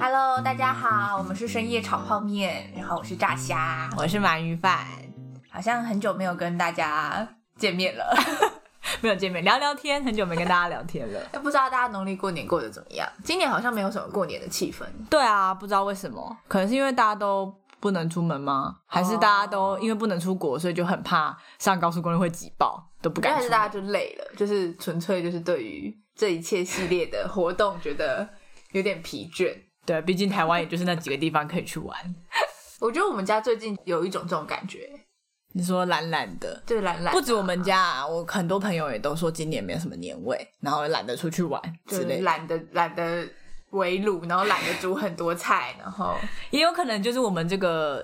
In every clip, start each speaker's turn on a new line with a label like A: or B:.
A: Hello，大家好，我们是深夜炒泡面，然后我是炸虾，
B: 我是鳗鱼饭，
A: 好像很久没有跟大家见面 了，
B: 没有见面聊聊天，很久没跟大家聊天了。
A: 不知道大家农历过年过得怎么样？今年好像没有什么过年的气氛，
B: 对啊，不知道为什么，可能是因为大家都不能出门吗？还是大家
A: 哦
B: 都因为不能出国，所以就很怕上高速公路会挤爆，都不
A: 我觉得
B: 敢
A: 还
B: 出
A: 是大家就累了，就是纯粹就是对于这一切系列的活动觉得有点疲倦。
B: 对，毕竟台湾也就是那几个地方可以去玩。
A: 我觉得我们家最近有一种这种感觉，
B: 你说懒懒的，
A: 就懒懒，
B: 不止我们家、啊，我很多朋友也都说今年没有什么年味，然后懒得出去玩
A: 就
B: 之类的。
A: 懒得懒得围炉，然后懒得煮很多菜，然后
B: 也有可能就是我们这个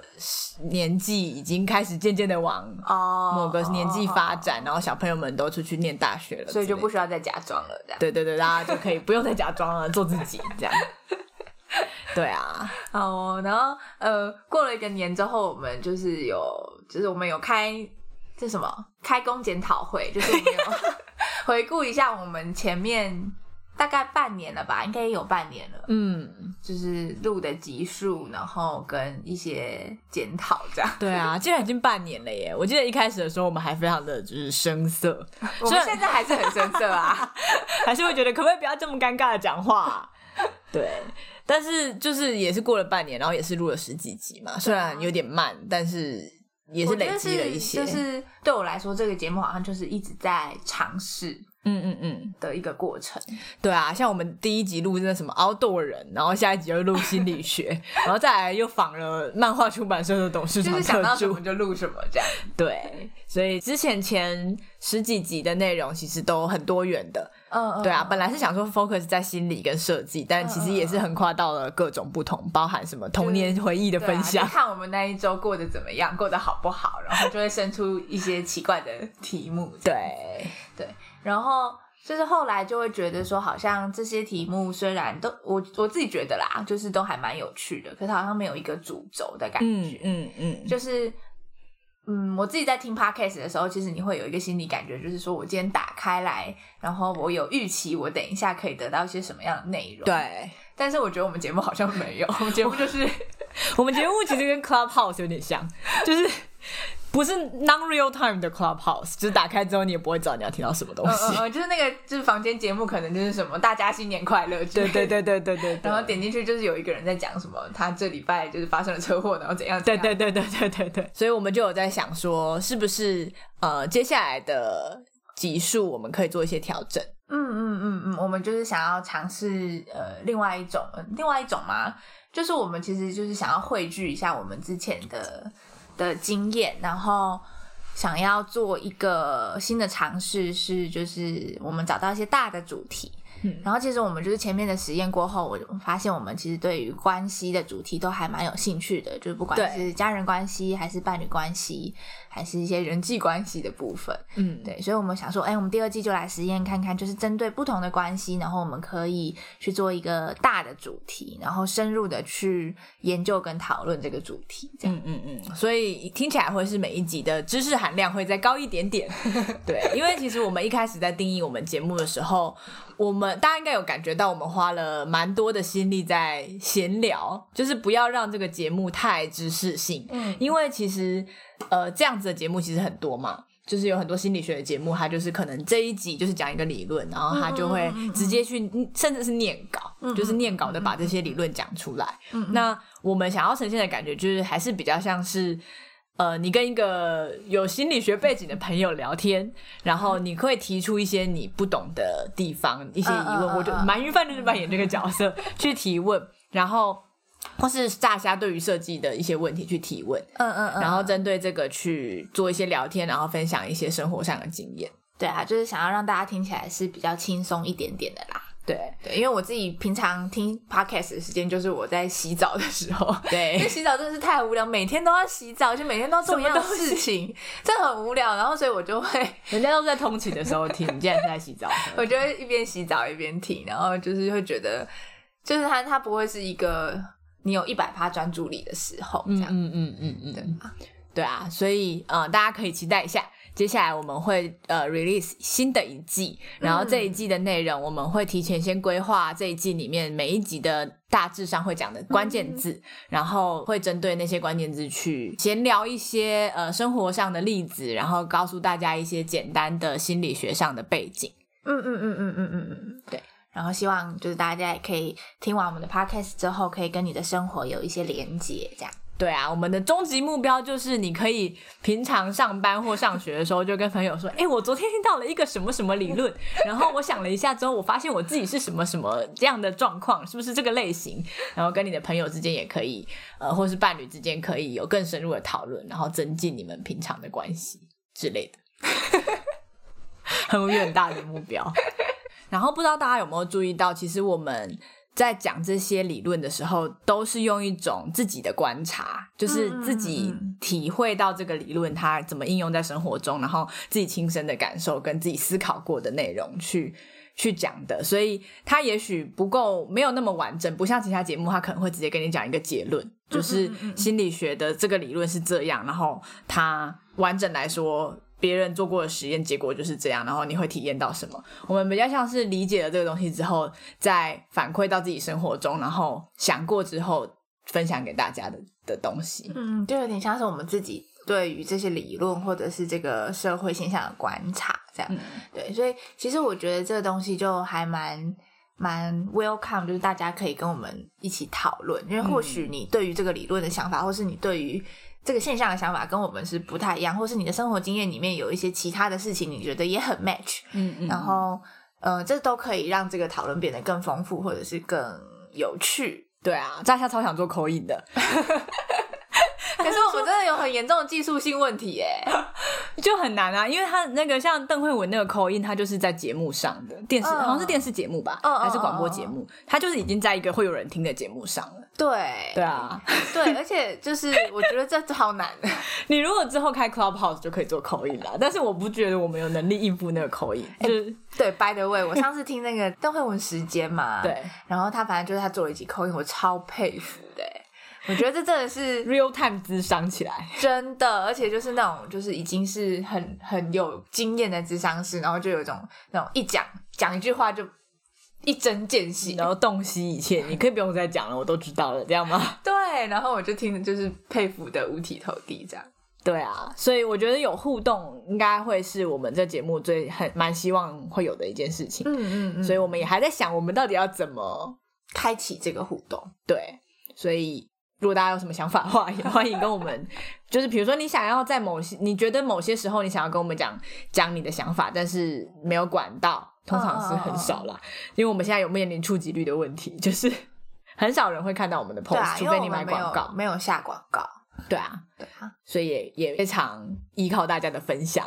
B: 年纪已经开始渐渐的往
A: 哦
B: 某个年纪发展，然后小朋友们都出去念大学了，
A: 所以就不。需要再假装了，这样。
B: 对对对，大家就可以不用再假装了，做自己这样。对啊，
A: 好哦，然后呃，过了一个年之后，我们就是有，就是我们有开这什么开工检讨会，就是我们有回顾一下我们前面大概半年了吧，应该也有半年了，
B: 嗯，
A: 就是录的集数，然后跟一些检讨这 样。
B: 对啊，竟然已经半年了耶！我记得一开始的时候，我们还非常的就是生涩，
A: 我们
B: 虽然
A: 现在还是很生涩啊，
B: 还是会觉得可不可以不要这么尴尬的讲话啊、对，但是就是也是过了半年，然后也是录了十几集嘛，虽然有点慢，但是 也是
A: 我觉
B: 累
A: 得
B: 积了一些。
A: 就是对我来说，这个节目好像就是一直在尝试
B: 嗯嗯嗯，
A: 的一个过程。
B: 对啊，像我们第一集录那什么 outdoor 人，然后下一集又录心理学，然后再来又仿了漫画出版社的董事长
A: 就是想
B: 特
A: 到什
B: 助
A: 么。就录什么这样，
B: 对，所以之前前十几集的内容其实都很多元的。
A: 嗯嗯
B: 对啊，本来是想说 focus 在心理跟设计，但其实也是横跨到了各种不同，包含什么童年回忆的
A: 对
B: 分享
A: 啊、就。看我们那一周过得怎么样， 过得好不好，然后就会生出一些奇怪的题目。
B: 对，
A: 然后就是后来就会觉得说，好像这些题目虽然都我我自己觉得啦，就是都还蛮有趣的，可是好像没有一个主轴的感
B: 嗯
A: 觉，
B: 嗯嗯，
A: 就是。嗯，我自己在听 podcast 的时候，其实你会有一个心理感觉，就是说我今天打开来，然后我有预期，我等一下可以得到一些什么样的内容。，
B: 对，
A: 但是我觉得我们节目好像没有，我们节目就是
B: 我们节目其实跟 Clubhouse 有点像，就是不是 non real time 的 Clubhouse，就是打开之后你也不会知道你要听到什么东
A: 嗯嗯。
B: 西
A: 嗯，就是那个就是房间节目，可能就是什么大家新年快乐之类
B: 对
A: 的，
B: 对对对对对，对
A: 然后点进去就是有一个人在讲什么，他这礼拜就是发生了车祸，然后怎样怎
B: 对
A: 样。
B: 对对对对对对，所以我们就有在想说，是不是呃接下来的集数我们可以做一些调整？
A: 嗯嗯嗯嗯，我们就是想要尝试呃另外一种，呃另外一种嘛，就是我们其实就是想要汇聚一下我们之前的的经验，然后想要做一个新的尝试，是就是我们找到一些大的主题。
B: 嗯
A: 然后其实我们就是前面的实验过后，我就发现我们其实对于关系的主题都还蛮有兴趣的，就是不管
B: 对
A: 是家人关系，还是伴侣关系，还是一些人际关系的部分。
B: 嗯，
A: 对，所以我们想说，哎，我们第二季就来实验看看，就是针对不同的关系，然后我们可以去做一个大的主题，然后深入的去研究跟讨论这个主题。这样，
B: 嗯嗯嗯，所以听起来会是每一集的知识含量会再高一点点。 对，因为其实我们一开始在定义我们节目的时候，我们大家应该有感觉到，我们花了蛮多的心力在闲聊，就是不要让这个节目太知识性。
A: 嗯
B: 因为其实呃这样子的节目其实很多嘛。就是有很多心理学的节目，它就是可能这一集就是讲一个理论，然后它就会直接去，嗯甚至是念稿，就是念稿的把这些理论讲出来。那我们想要呈现的感觉，就是还是比较像是，呃，你跟一个有心理学背景的朋友聊天，然后你会提出一些你不懂的地方，一些疑
A: 嗯嗯嗯
B: 问。我就
A: 嗯
B: 鳗鱼饭就是扮演这个角色去提问，然后或是大虾对于设计的一些问题去提问，
A: 嗯嗯嗯
B: 然后针对这个去做一些聊天，然后分享一些生活上的经验。
A: 对啊，就是想要让大家听起来是比较轻松一点点的啦。
B: 对
A: 对，因为我自己平常听 podcast 的时间就是我在洗澡的时 候，因为
B: 对
A: 洗澡真的是太无聊，每天都要洗澡，就每天都要做一样的
B: 什么东
A: 事情，真的很无聊。然后所以我就会，
B: 人家都在通勤的时候听，你竟然是在洗澡。
A: 我就会一边洗澡一边听，然后就是会觉得，就是它它不会是一个你有一百趴专注力的时候，这
B: 嗯
A: 样、
B: 嗯嗯嗯嗯，
A: 对
B: 嗯
A: 吧？
B: 对啊，所以呃，大家可以期待一下，接下来我们会呃 release 新的一季，然后这一季的内容我们会提前先规划这一季里面每一集的大致上会讲的关键字，然后会针对那些关键字去闲聊一些呃生活上的例子，然后告诉大家一些简单的心理学上的背景。
A: 嗯嗯嗯嗯嗯嗯嗯，
B: 对。
A: 然后希望就是大家也可以听完我们的 podcast 之后，可以跟你的生活有一些连接，这样。
B: 对啊，我们的终极目标就是你可以平常上班或上学的时候，就跟朋友说：“哎、我昨天听到了一个什么什么理论，然后我想了一下之后，我发现我自己是什么什么这样的状况，是不是这个类型？”然后跟你的朋友之间也可以，呃，或是伴侣之间可以有更深入的讨论，然后增进你们平常的关系之 类的，很远大的目标。然后不知道大家有没有注意到，其实我们在讲这些理论的时候，都是用一种自己的观察，就是自己
A: 嗯嗯
B: 体会到这个理论它怎么应用在生活中，然后自己亲身的感受跟自己思考过的内容去。去讲的，所以它也许不够，没有那么完整，不像其他节目，它可能会直接跟你讲一个结论，
A: 嗯
B: 就是心理学的这个理论是这样，然后它完整来说，别人做过的实验结果就是这样，然后你会体验到什么？我们比较像是理解了这个东西之后，再反馈到自己生活中，然后想过之后分享给大家的的东西。
A: 嗯，就有点像是我们自己对于这些理论或者是这个社会现象的观察这样。
B: 嗯
A: 对，所以其实我觉得这个东西就还蛮蛮 welcome，就是大家可以跟我们一起讨论，因为或许你对于这个理论的想法，或是你对于这个现象的想法跟我们是不太一样，或是你的生活经验里面有一些其他的事情，你觉得也很 match，
B: 嗯嗯
A: 然后呃，这都可以让这个讨论变得更丰富，或者是更有趣。
B: 对啊，炸虾超想做口音的，
A: 可是我们真的有很严重的技术性问题耶、
B: 就很难啊，因为他那个像邓慧文那个口音，他就是在节目上的电视，
A: 嗯
B: 好像是电视节目吧，
A: 嗯嗯
B: 还是广播节目，他就是已经在一个会有人听的节目上了。
A: 对
B: 对啊，
A: 对，而且就是我觉得这好难。
B: 你如果之后开 Clubhouse 就可以做口音啦，但是我不觉得我们有能力应付那个口音，就是
A: 对，by the way，我上次听那个邓慧文时间 嘛，，
B: 对
A: 然后他反正就是他做了一集口音，我超佩服的欸。我觉得这真的 是
B: real time 智商起来。
A: 真的，而且就是那种就是已经是很很有经验的智商师，然后就有一种那种一讲讲一句话就一针见血。
B: 然后洞悉一切，你可以不用再讲了，我都知道了，这样吗？
A: 对，然后我就听着就是佩服的五体投地这样。
B: 对啊，所以我觉得有互动应该会是我们这节目最很蛮希望会有的一件事情，
A: 嗯嗯嗯，
B: 所
A: 所以
B: 以我们也还在想，我们到底要怎么
A: 开启这个互动。
B: 对，所以如果大家有什么想法的话，也欢迎跟我们， 就是比如说你想要在某些你觉得某些时候你想要跟我们讲讲你的想法，但是没有管到，通常是很少
A: 嗯
B: 啦，因为我们现在有面临触及率的问题，就是 很少人会看到我们的
A: 对
B: post，、
A: 啊，
B: 除
A: 因为
B: 非
A: 我
B: 你买
A: 们没
B: 广
A: 有
B: 告，
A: 没有下广告。
B: 对啊。
A: 对啊，
B: 所以也也非常依靠大家的分 享。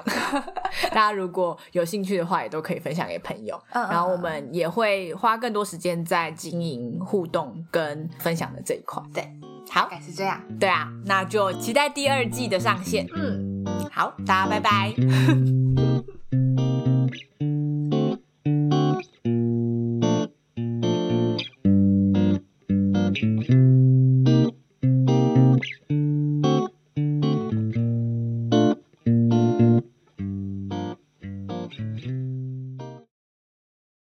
B: 大家如果有兴趣的话，也都可以分享给朋友。
A: 嗯嗯
B: 然后我们也会花更多时间在经营互动跟分享的这一块。
A: 对，
B: 好
A: 大，概是这样。
B: 对啊，那就期待第二季的上线。
A: 嗯。
B: 好，大家拜拜。